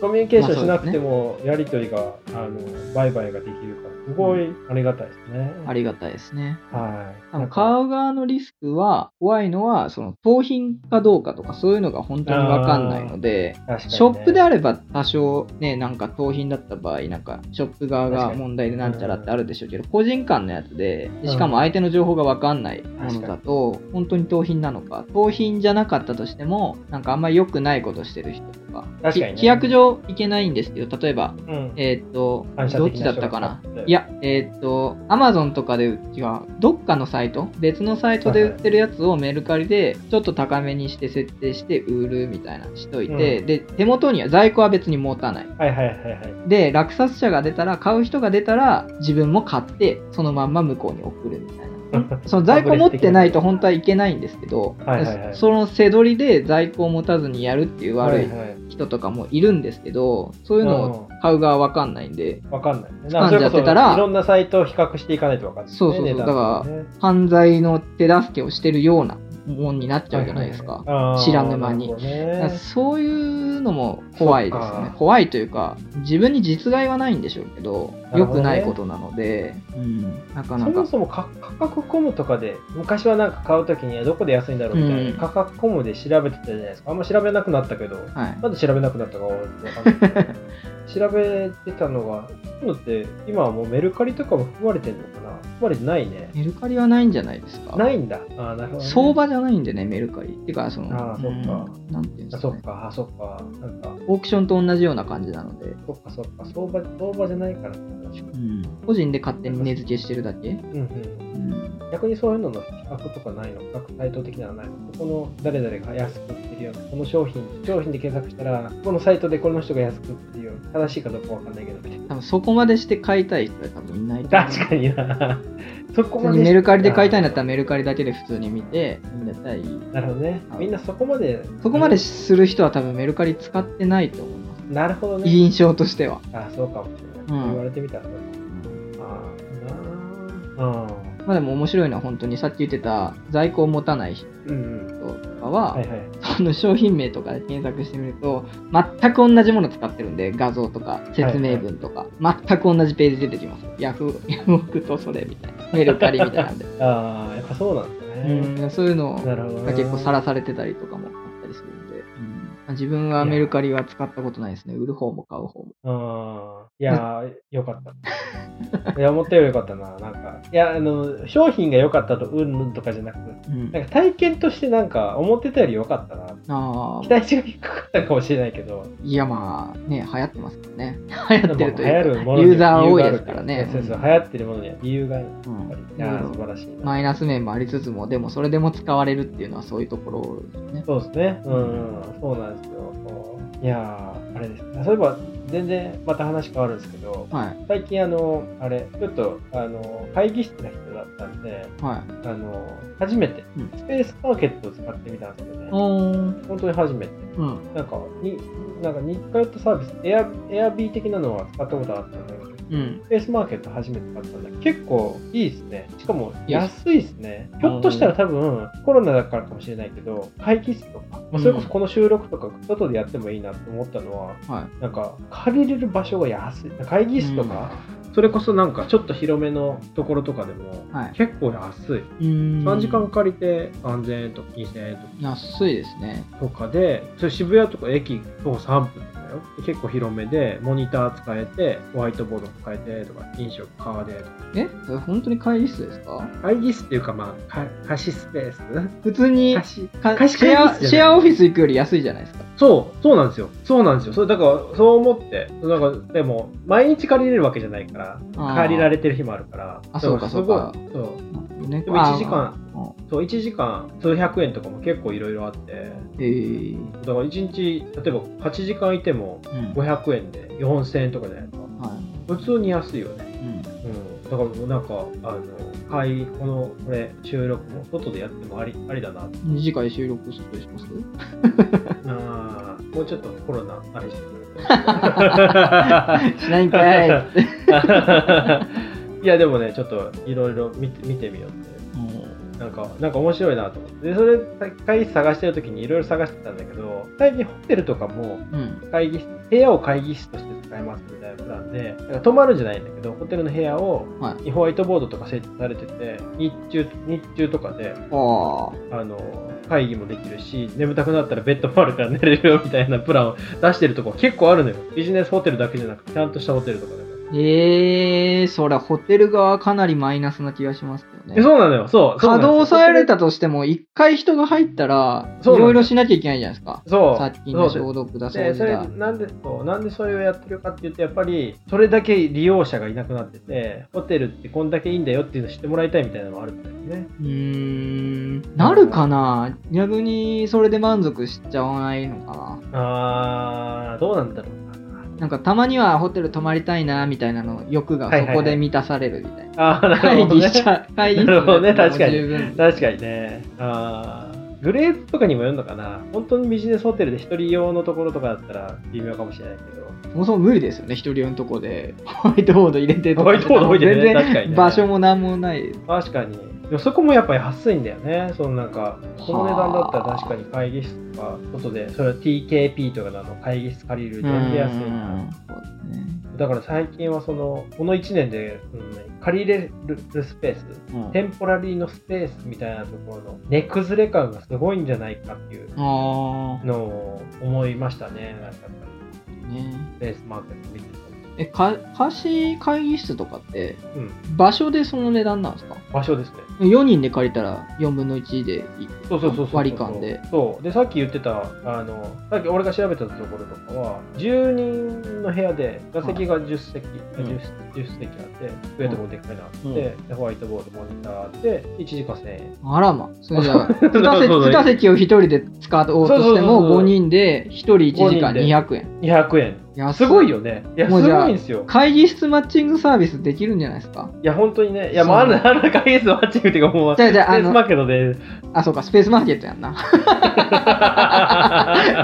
S1: コミュニケーションしなくてもやり取りが、あの売買ができるからすごいありがたいですね、
S2: ありがたいですね。
S1: はい
S2: 多分買う側のリスクは怖いのはその盗品かどうかとかそういうのが本当に分かんないので、
S1: 確かにね
S2: ショップであれば多少ねなんか盗品だった場合なんかショップ側
S1: 確
S2: が
S1: かに
S2: 問題でなんちゃらってあるでしょうけど個人間のやつででしかも相手の情報が分かんないものだと本当に盗品なのか盗品じゃなかったとしてもなんかあんまり良くないことしてる人とか
S1: 確かにね
S2: き規約上いけないんですけど例えば
S1: うん
S2: えーっと
S1: 反射
S2: どっ
S1: 的
S2: ち
S1: な
S2: だ
S1: 人
S2: ったかな
S1: が使って
S2: いや、えーっと、アマゾンとかで、違う、どっかのサイト、別のサイトで売ってるやつをメルカリで、ちょっと高めにして設定して売るみたいな、しといて、
S1: う
S2: で、手元には、在庫は別に持たない。
S1: はいはいはいはい
S2: で、落札者が出たら、買う人が出たら、自分も買って、そのまんま向こうに送るみたい
S1: *laughs*
S2: な。 *laughs* その在庫持ってないと本当はいけないんですけど、
S1: はいはいはい
S2: その背取りで在庫を持たずにやるっていう悪い
S1: はは
S2: 人とかもいるんですけど、そういうのを買う側わかんないんで、
S1: わかんないね
S2: 掴んじゃってた
S1: な
S2: ら
S1: んかそれこそいろんなサイトを比較していかないとわかんないね、
S2: そうそうそう
S1: 値段とね
S2: 犯罪の手助けをしてるようなもんになっちゃうじゃないですか。
S1: あー
S2: 知らぬ間に
S1: なるほど
S2: だから
S1: ね
S2: そういうのも怖いですよ
S1: そっ
S2: ね
S1: か。
S2: 怖いというか、自分に実害はないんでしょうけど、
S1: なる
S2: 良
S1: ほどね
S2: くないことなので、うんなかな
S1: そも
S2: か。
S1: そもか価格コムとかで昔はなんか買うときにどこで安いんだろうみたいな、
S2: うん
S1: 価格コムで調べてたじゃないですかあんま調べなくなったけど
S2: はい。
S1: なんで調べなくなったかはわかんないけ
S2: *laughs*
S1: ど調べてたのが、そういうのって今はもうメルカリとかも含まれてるのかな含まれてないね。
S2: メルカリはないんじゃないですか。
S1: ないんだ。あーなるほどね、
S2: 相場じゃないんでね、メルカリ。ってか、その、
S1: あーそっか
S2: うんなんていうんで
S1: あ
S2: すか
S1: そ
S2: ね
S1: っ。か、あそっか。なんか、
S2: オークションと同じような感じなので、
S1: そっかそっか。相場相場じゃないからな確かに
S2: うん個人で勝手に値付けしてるだけ。
S1: うんうん。
S2: うん
S1: 逆にそういうのの比較とかないの比較対等的なのはないのここの誰々が安く売ってるよ。この商品、商品で検索したら、このサイトでこの人が安く売ってるよ。正しいかどうかわかんないけど。
S2: 多分そこまでして買いたい人は多分いないと思う
S1: 確かに
S2: *laughs*
S1: な。そこ
S2: 普
S1: ま
S2: 通
S1: で
S2: にメルカリで買いたいんだった
S1: ら
S2: らメルカリだけで普通に見ていいんだったらいい
S1: なるほどね。みんなそこまで。
S2: そこまでする人は多分メルカリ使ってないと思います
S1: なるほどね。
S2: 印象としては
S1: あ、そうかもしれない。
S2: うん
S1: 言われてみたらそうかああ、なあ。
S2: まあでも面白いのは本当にさっき言ってた在庫を持たない人
S1: うん。うん。
S2: とかは、
S1: はいはい。
S2: その商品名とかで検索してみると全く同じもの使ってるんで画像とか説明文とか、全く同じページ出てきますヤフーヤフオクとそれみたいなメルカリみたいなんで、
S1: ああ、やっぱそうなんだね。
S2: うん、そういうのを
S1: なるほどな。
S2: が結構さらされてたりとかもあったりするんで、まあ自分はメルカリは使ったことないですね売る方も買う方も
S1: あーいやー、よかった。いや、思ったよりよかったな。なんか、いや、あの、商品が良かったと、うんぬんとかじゃなく、
S2: うん
S1: なんか体験としてなんか、思ってたより良かったな。
S2: あ
S1: 期
S2: あ
S1: 待値が低かったかもしれないけど、
S2: いやまあね流行ってますからね *laughs* 流行ってると
S1: でも流行
S2: いう
S1: るものには
S2: ユーザー多い
S1: 理由がある
S2: ですからね
S1: そうそうそう、
S2: うん
S1: 流行ってるものには理由がある。
S2: か、う
S1: やっぱ
S2: ん
S1: りい
S2: いろい
S1: やー、素晴
S2: ろ
S1: らしいな。
S2: マイナス面もありつつもでもそれでも使われるっていうのはそういうところですね
S1: そうですね。うん、そうなんですよ。いやー、あれですね。そういえば、全然また話変わるんですけど、
S2: はい
S1: 最近あの、あれ、ちょっと、あの、会議室な人だったんで、
S2: はい
S1: あの、初めて
S2: うん、
S1: スペースマーケットを使ってみたんですけどね、
S2: おー
S1: 本当に初めて。
S2: うん
S1: なんか、に、なんか似通ったサービス、エア、エアビー的なのは使ったことあったんだけど、
S2: うん
S1: スペースマーケット初めて買ったんだけど、結構いいですね。しかも
S2: いいっす
S1: 安いですね。ひょっとしたら多分、コロナだからかもしれないけど、会議室とか、まあそれこそこの収録とか、外でやってもいいなと思ったのは、
S2: は
S1: なんか、借りれる場所が安い。会
S2: い
S1: 議室とか、それこそなんか、ちょっと広めのところとかでも、
S2: はい
S1: 結構安い。
S2: うん
S1: 3時間借りて3000円とか2000円とか。
S2: 安いですね
S1: とかで、それ渋谷とか駅徒歩3分だよ。結構広めで、モニター使えて、ホワイトボード使えてとか、飲食変われとか。
S2: えそれ本当に会議室ですか
S1: 会議室っていうか、まあ、か貸しスペース
S2: 普通に
S1: 貸し
S2: か
S1: 貸し
S2: シ
S1: 会議室じ
S2: ェ
S1: ゃない
S2: アシェアオフィス行くより安いじゃないですか
S1: そう、そうなんですよ。そうなんですよ。それだから、そう思って、なんか、でも、毎日借りれるわけじゃないから、
S2: あー
S1: 借りられてる日もあるから。
S2: あ
S1: だら
S2: そうか
S1: すごいそう。
S2: ね
S1: でも1時間
S2: あ
S1: そう、1時間数百円とかも結構いろいろあって、
S2: えー
S1: だから1日、例えば8時間いても
S2: うんは
S1: 500円で4000円とかじゃないか。普通に安いよね。
S2: いうん
S1: うん、だからもうなんか、あの、会、この、これ、収録も、外でやってもあり、ありだな。
S2: 二次会収録するします
S1: あーもうちょっとコロナ、あれしてくる *laughs*
S2: しないんかい
S1: *laughs* と。いや、でもね、ちょっと、いろいろ見て、見てみようって。なんか、なんか面白いなと思って。で、それ、会議室探してる時にいろいろ探してたんだけど、最近ホテルとかも、
S2: うん
S1: 会議室、部屋を会議室として使いますみたいなプランで、だから泊まるんじゃないんだけど、ホテルの部屋を
S2: は
S1: ホワイトボードとか設置されてて、日中、日中とかで、
S2: ああ
S1: あの、会議もできるし、眠たくなったらベッドもあるから寝れるよみたいなプランを出してるとこ結構あるのよ。ビジネスホテルだけじゃなくて、ちゃんとしたホテルとかでも。
S2: ええー、そりゃホテル側かなりマイナスな気がしますけどね。
S1: えそうなのよ、そう。そうなん
S2: 稼
S1: ですよ
S2: 働されたとしても、一回人が入ったら、い
S1: そうなんです
S2: ろいろしなきゃいけないじゃないですか。
S1: そう。
S2: 殺菌だ、
S1: そう
S2: 消毒だ、掃
S1: でそ
S2: 除
S1: れ
S2: だ。
S1: なんでそうなんでそれをやってるかっていうとやっぱりそれだけ利用者がいなくなっててホテルってこんだけいいんだよっていうのを知ってもらいたいみたいなのもあるんだよね
S2: うーん、なるかな逆にそれで満足しちゃわないのか
S1: あーどうなんだろう
S2: ななんかたまにはホテル泊まりたいなみたいなの欲が
S1: はいはい
S2: そ
S1: はい
S2: こで満たされるみたいな。
S1: なあーなる
S2: 会
S1: ほど、
S2: 議し
S1: ね
S2: ち、ゃ、会議室
S1: *laughs* なるほどね確かに
S2: 十分。
S1: 確かにねあーグレードとかにもよるのかな本当にビジネスホテルで一人用のところとかだったら微妙かもしれないけど
S2: そもそも無理ですよね、一人用のとこで。ホワイトボード入れてとか。
S1: ホワイトボード置いてね
S2: 全
S1: 確かに
S2: 然
S1: ね
S2: 場所もなんもない。
S1: 確かにでもそこもやっぱり安いんだよねそのなんかこの値段だったら確かに会議室とか外でそれは TKP とかなの会議室借りるより全然安いな
S2: そうですね。
S1: だから最近はそのこの1年で、うん借りれるスペース
S2: うん
S1: テンポラリーのスペースみたいなところの根崩れ感がすごいんじゃないかっていう
S2: あ
S1: のを思いましたねなんかやっぱり
S2: あ、ね。
S1: スペースマーケット見てる
S2: え、か貸し会議室とかって、
S1: と、うん、
S2: 場所でその値段なんですか
S1: 場所ですね
S2: ?4 人で借りたら4分の1でいい。
S1: そうそうそうそう
S2: 割り勘で
S1: そうでさっき言ってたあのさっき俺が調べたところとかは10人の部屋で座席が10席、あ
S2: うん
S1: 10, 10席あって机とかもでっかいなあって、
S2: うん
S1: でホワイトボードモニターあって1時間1000円
S2: あらま。 *laughs* それじゃあ、
S1: なるほどね
S2: 2席を1人で使おうとして
S1: そうそうそうそ
S2: も
S1: う
S2: 5人で1人1時間200円。
S1: 200円
S2: 安
S1: すごい。よねいやす
S2: もうじゃあ
S1: ごいんですよ
S2: 会議室マッチングサービスできるんじゃないですか
S1: いや本当にねいやもう
S2: そ
S1: あ
S2: うん
S1: なあんな会議室マッチングっていうかもうス
S2: じ
S1: ペ
S2: ゃあじゃあ、
S1: ー
S2: あ
S1: スマ
S2: の、
S1: ーケットで
S2: あ、そうか、スペースマーケットやん
S1: *laughs*
S2: な。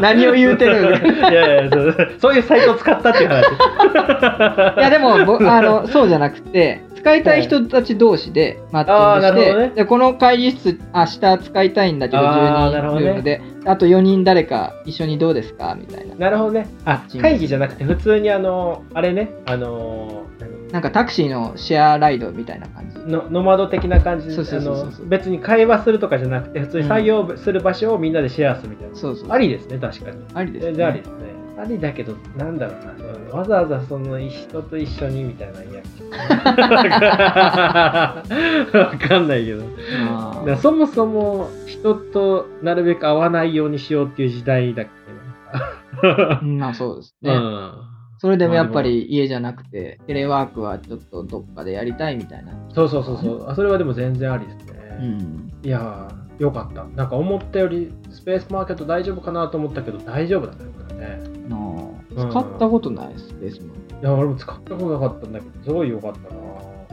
S2: 何を言うてるん
S1: いやいやそうそういうサイトを使ったっていう話
S2: いやでもぼあのそうじゃなくて使いたい人たち同士でマッチングし
S1: あーなる
S2: て、
S1: ほどね
S2: でこの会議室明日使いたいんだけど
S1: あーなる
S2: 10
S1: ほ
S2: 人
S1: ど
S2: い
S1: ね
S2: るので、あと4人誰か一緒にどうですかみたいな
S1: なるほどねあ会議じゃなくて普通にあのあれねあの
S2: なんかタクシーのシェアライドみたいな感じ
S1: のノマド的な感じで
S2: そうそう
S1: あ
S2: そうそう
S1: の別に会話するとかじゃなくて普通に
S2: うん
S1: 作業する場所をみんなでシェアするみたいな、
S2: そうそう
S1: ありですね確かに
S2: ありです
S1: 全
S2: ね
S1: 然ありですねありだけどなんだろうなうんわざわざその人と一緒にみたいなの嫌わかんないけど
S2: あ
S1: だか
S2: ー
S1: らそもそも人となるべく会わないようにしようっていう時代だっけど *laughs*
S2: うんまあそうです
S1: う
S2: ね、
S1: ん
S2: それでもやっぱり家じゃなくてテレワークはちょっとどっかでやりたいみたいな
S1: そうそうそうそうあそれはでも全然ありですね、
S2: うん
S1: いやーよかったなんか思ったよりスペースマーケット大丈夫かなと思ったけど大丈夫だったよこれね
S2: の
S1: うん
S2: 使ったことないです、ベースマー
S1: いや、俺も使ったことなかったんだけど、すごい良かった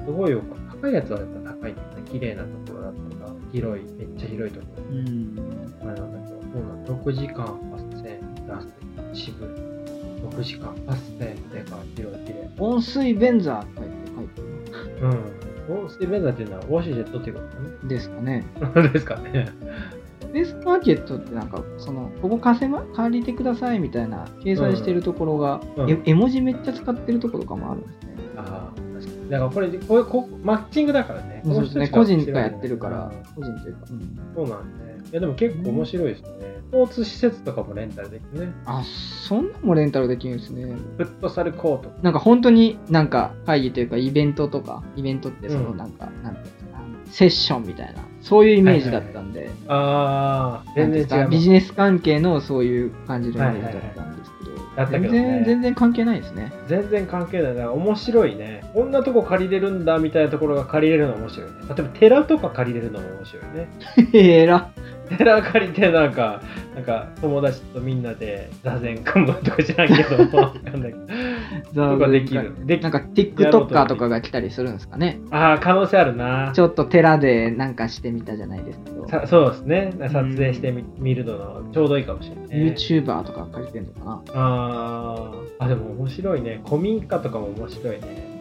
S1: な。すごい良かった。高いやつはやっぱ高いんだね。綺麗なところだったら、広い、めっちゃ広いとこ
S2: ク。うん。
S1: ろ。あれなんだけど、そうなんだ6時間8000出して、渋い。6時間8000でか、広い、綺麗。
S2: 温水便座って書いて
S1: う
S2: る
S1: ん。おスティーベンザーっていうのは、ウォシュジェットっていうこ
S2: ですかね。
S1: とね *laughs* ですかね。
S2: ベースマーケットってなんか、その、ここ貸せま、借りてくださいみたいな、掲載してるところが、
S1: うん
S2: え絵文字めっちゃ使ってるところとかもあるんですね。
S1: ああ、確かに。だからこれ、こうこうマッチングだからね。
S2: そうですね、
S1: この
S2: 個
S1: 人
S2: 人
S1: しか
S2: がやってるから
S1: うん、
S2: 個人というか。うん
S1: そうなんで、ね。いや、でも結構面白いですね。スポーツ施設とかもレンタルできるね。
S2: あ、そんなのもレンタルできるんですね。
S1: フットサルコート。
S2: なんか本当になんか会議というかイベントとか、イベントってその
S1: うん
S2: なんか、なんていうのかな、セッションみたいな、そういうイメージだったんで、
S1: ああ、全然
S2: なんていうんですかビ
S1: 違
S2: ジ
S1: う。
S2: ネス関係のそういう感じのイメージだったんですけど、
S1: だったけど
S2: 全
S1: ね
S2: 然、全然関係ないで
S1: *laughs*
S2: すね。
S1: 全然関係ない。だから面白いね。こんなとこ借りれるんだみたいなところが借りれるの面白いね。例えば寺とか借りれるのも面白いね。
S2: えら
S1: 寺借りてなんか、なんか友達とみんなで座禅組むとか知らんけど、
S2: *laughs*
S1: わかんないけどとかできる。でき
S2: なんか TikToker とかが来たりするんですかね。
S1: ああ、可能性あるな
S2: ち。ょっと寺でなんかしてみたじゃないですけど、
S1: さそうですね。撮影してみ、見るののちょうどいいかもしれない、ね。
S2: YouTuber とか借りてんのかな。
S1: あーあ、でも面白いね。古民家とかも面白いね。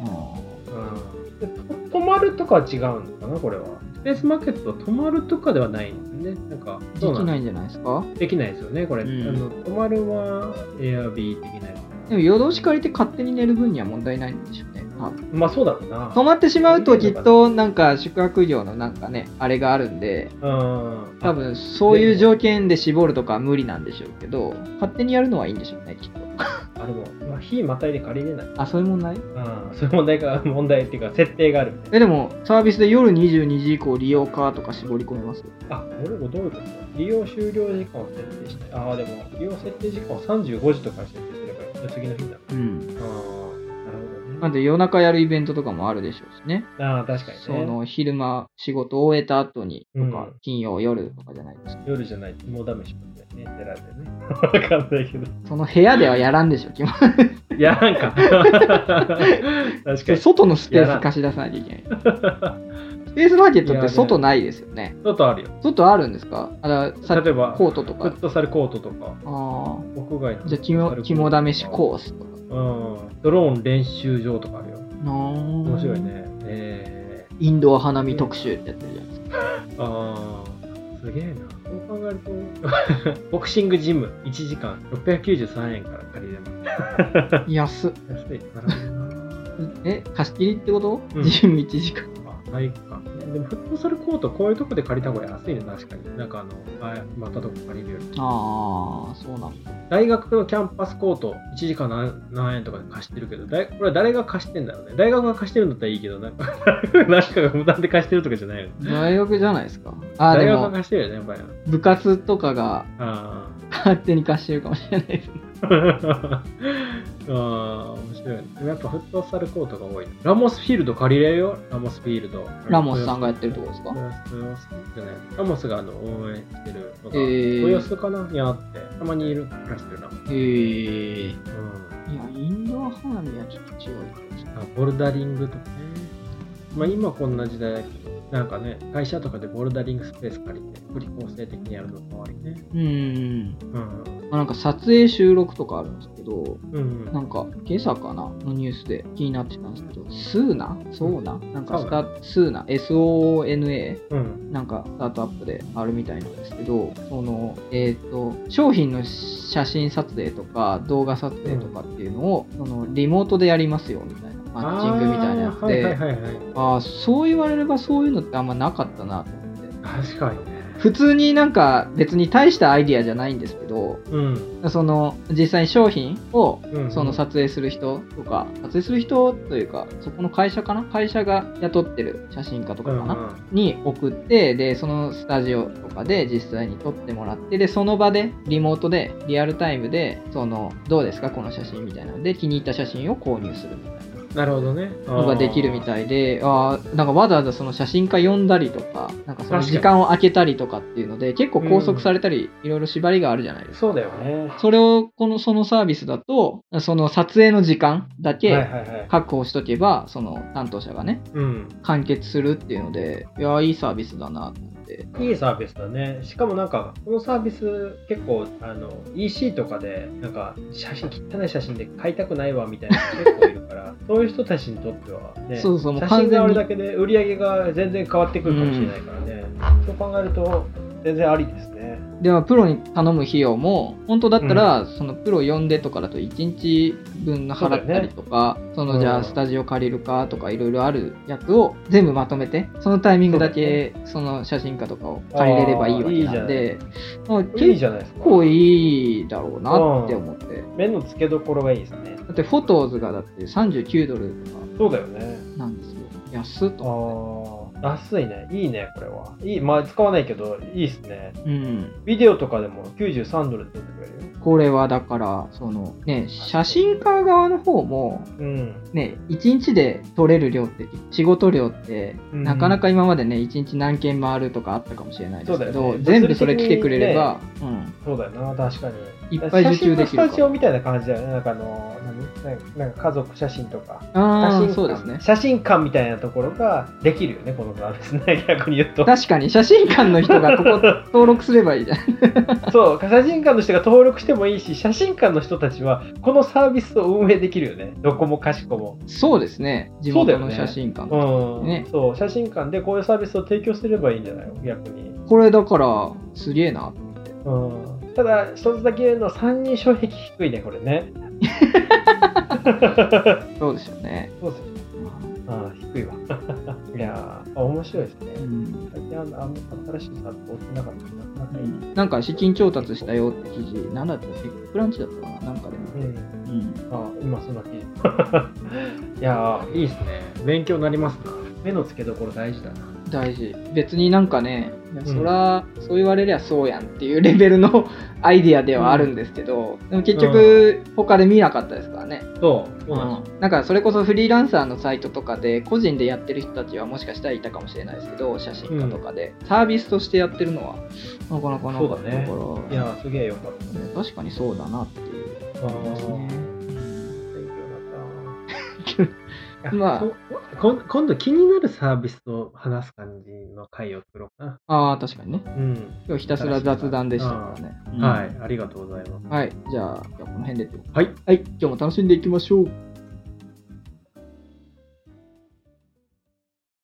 S2: うん
S1: うん。でと泊まるとかは違うのかな、これは。スペースマーケットは泊まるとかではないんですね。なんか、。
S2: できないいんじゃないですか
S1: できないですよね、これ。
S2: うん
S1: あの泊まるは Airb 的なや
S2: でも夜通し借りて勝手に寝る分には問題ないんでしょうね。多分
S1: つ。まあそうだろうな。
S2: 泊まってしまうときっとなんか宿泊業のなんかねあれがあるんで
S1: うん。
S2: 多分そういう条件で絞るとかは無理なんでしょうけど勝手にやるのはいいんでしょうねきっと
S1: あ、でも、まあ、火またいで借りれない。
S2: あそういう問題
S1: うん。 *laughs* そういう問題が、問題っていうか、設定があるみたいな
S2: えでもサービスで夜22時以降利用かとか絞り込めますよ
S1: あ、俺もどういうこと利用終了時間を設定して、ああ、でも、利用設定時間を35時とかに設定すればいいの、次の日だ。
S2: うん
S1: ああ、なるほどね。
S2: なんで夜中やるイベントとかもあるでしょうしね
S1: ああ、確かにね。
S2: その昼間仕事を終えた後にと
S1: う
S2: か
S1: ん
S2: 金曜夜とかじゃないですか
S1: 夜じゃない、もうダメしますね。寺でね。わかんないけど。
S2: その部屋ではやらんでしょ基本
S1: いや、なん *laughs* か。確かに。
S2: 外のスペース貸し出さなきゃいけ
S1: *laughs*
S2: ないスペースマーケットって外ないですよね。
S1: 外あるよ。
S2: 外あるんですかあら、さ
S1: 例えば、
S2: コートと
S1: フ
S2: か
S1: ッ。トサルコートとか、
S2: ああ。
S1: 屋外の
S2: じゃあ肝、肝試し
S1: ー
S2: コースとか。
S1: ト。うん。ドローン練習場とかあるよ。面
S2: 面
S1: 白い。ね。え
S2: インドア花見特集ってやってるじゃないですか。
S1: ー、ああ、すげえな。そう考えると、 *laughs* ボクシングジム1時間693円から借りれます。 *laughs*
S2: 安っ。
S1: 安い。なるほどな。
S2: え、貸し切りってこと、
S1: うん
S2: ジム1時間。
S1: あ体育館ねでもフットサルコートこういうとこで借りた方が安いね確かになんかあのあまたどこ借りるより
S2: ああ、そうなんだ。
S1: 大学のキャンパスコート1時間何何円とかで貸してるけど大これは誰が貸してんだろうね大学が貸してるんだったらいいけどなんか *laughs* なんかが無断で貸してるとかじゃないよね
S2: 大学じゃないですか。ああ、
S1: 大
S2: で
S1: 学が
S2: も、
S1: 貸してるよねやっぱりな
S2: 部活とかが
S1: あ *laughs*
S2: 勝手に貸してるかもしれないですね。
S1: ーあー面白い、ね、でもやっぱフットサルコートが多いね、ラモスフィールド借りれるよラモスフィールド
S2: ラモスさんがやってるとこですか
S1: 豊洲豊洲じゃないラモスがあの応援してるのが、
S2: えー
S1: 豊洲かなにあってたまにいる暮らしてるな、うん、
S2: へえ。いや、インドア花見はちょっと違う。
S1: あボルダリングとかね、まあ、今こんな時代だけどなんかね会社とかでボルダリングスペース借りてより構成的にやるのかわいいね
S2: うーん。
S1: うん
S2: まあなんか撮影収録とかあるんですけど、
S1: うん
S2: なんか今朝かなのニュースで気になってたんですけど、スーナそうななんかスタスーナ SONA
S1: うん
S2: なんかスタートアップであるみたいなんですけど、その、えっ、と、商品の写真撮影とか動画撮影とかっていうのを、そのリモートでやりますよみたいな、マッチングみたいなやつ
S1: あーはい
S2: で、
S1: はいはいはい
S2: ああ、そう言われればそういうのってあんまなかったなと思って。
S1: 確かにね
S2: 普通になんか別に大したアイディアじゃないんですけど、
S1: うん
S2: その実際に商品を
S1: うん
S2: その撮影する人とか、撮影する人というかそこの会社かな会社が雇ってる写真家とかかな、
S1: うん
S2: に送ってでそのスタジオとかで実際に撮ってもらってでその場でリモートでリアルタイムでそのどうですかこの写真みたいなので気に入った写真を購入するみたいな
S1: なるほどね。
S2: のができるみ
S1: い。
S2: たいで、あーなんかわざわざその写真家呼んだりとか、なんかそ
S1: 確か
S2: の
S1: に
S2: 時間を空けたりとかっていうので、結構拘束されたり、いろいろ縛りがあるじゃないですか。
S1: そうだよね。
S2: それを、この、そのサービスだと、その撮影の時間だ
S1: はいはい
S2: け
S1: はい。
S2: 確保しとけば、その担当者がね、
S1: うん。
S2: 完結するっていうので、いやー、いいサービスだなと思って。
S1: いいサービスだね。しかもなんか、このサービス結構、あの、EC とかで、なんか、写真、汚い写真で買いたくないわみたいな人結構いる
S2: *laughs*
S1: から、そういう人たちにとっては、ね、
S2: そうそうもう
S1: 写
S2: 完
S1: 真
S2: 全に
S1: があるだけで売り上げが全然変わってくるかもしれないからね。そう考えると、全然ありですね。
S2: では、プロに頼む費用も、本当だったら、そのプロ呼んでとかだと1日分の払ったりとか、そ,、
S1: う
S2: の
S1: ん
S2: じゃあスタジオ借りるかとかいろいろあるやつを全部まとめて、そのタイミングだけその写真家とかを借りれればいいわけなんで、まあ
S1: いい
S2: 結
S1: じゃないですか。
S2: 構いいだろうなって思って。
S1: 目の付けどころがいいですね。
S2: だってフォトーズがだって39ドルとか
S1: そうだよね。
S2: なんですよ。安っと思っ
S1: ああ、安いね。いいね、これは。いい。まあ、使わないけど、いいっすね。
S2: て。うん。
S1: ビデオとかでも93ドルで出てくれるよ。
S2: これはだから、そのね、写真家側の方も、
S1: うん。
S2: ね、1日で撮れる量って、仕事量って、
S1: うん
S2: なかなか今までね、1日何件回るとかあったかもしれないですけ
S1: そうだよね
S2: ど、全部それ来てくれれば、うん。
S1: そうだよな、確かに。
S2: いっぱい受注でき
S1: 写
S2: るから
S1: 真のスタジオみたいな感じだよね。なんかあの、何なんかなんか家族写真とか。写
S2: あ
S1: 真
S2: あ、
S1: 館
S2: そうですね。
S1: 写真館みたいなところができるよね、このサービス *laughs* ね、逆に言
S2: *laughs*
S1: うと。
S2: 確かに写真館の人がここ
S1: *laughs*
S2: 登録すればいいじゃん。
S1: そう、写真館の人が登録してもいいし、写真館の人たちは、このサービスを運営できるよね、どこもかしこも。
S2: そうですね。地
S1: そうだ
S2: 元
S1: よね
S2: の写真館。
S1: うん、
S2: ね
S1: そう、写真館でこういうサービスを提供すればいいんじゃないの、逆に。
S2: これだから、すげえな。
S1: うん、ただ、一つだけ言うの、3人障壁低いね、これね。
S2: そうですよね。
S1: そうですよね。あー低いわ。 *laughs* いやー、面白いですね。
S2: うん
S1: 最近あのあんま新しいサービス追ってなかったな。なんかいい。
S2: なんか資金調達したよって記事、なんだったっけクランチだったかななんかでも。
S1: うん。
S2: うん
S1: あ、今そんな記 *laughs* 事。いやー、いいですね。勉強になりますな。目の付けどころ大事だな。
S2: 大事。別になんかね、いや
S1: ん
S2: そら、そう言われりゃそうやんっていうレベルの *laughs* アイディアではあるんですけど、でも結局、他で見なかったですからね。
S1: そう。
S2: なんかそれこそフリーランサーのサイトとかで個人でやってる人たちはもしかしたらいたかもしれないですけど写真家とかで、サービスとしてやってるのはなかなかなかったから
S1: そいやー、すげえよかった。
S2: ね確かにそうだなっていう
S1: あ
S2: 思います
S1: ー
S2: ね。
S1: 勉強になった
S2: まあ
S1: ここ今度気になるサービスを話す感じの回を作ろうかな。
S2: *laughs* ああ、確かにね。
S1: うん。
S2: 今日ひたすら雑談でしたからね。うん
S1: はい、ありがとうございます。
S2: はい。じゃあ、今日はこの辺でと。
S1: はい。
S2: はい。今日も楽しんでいきましょう。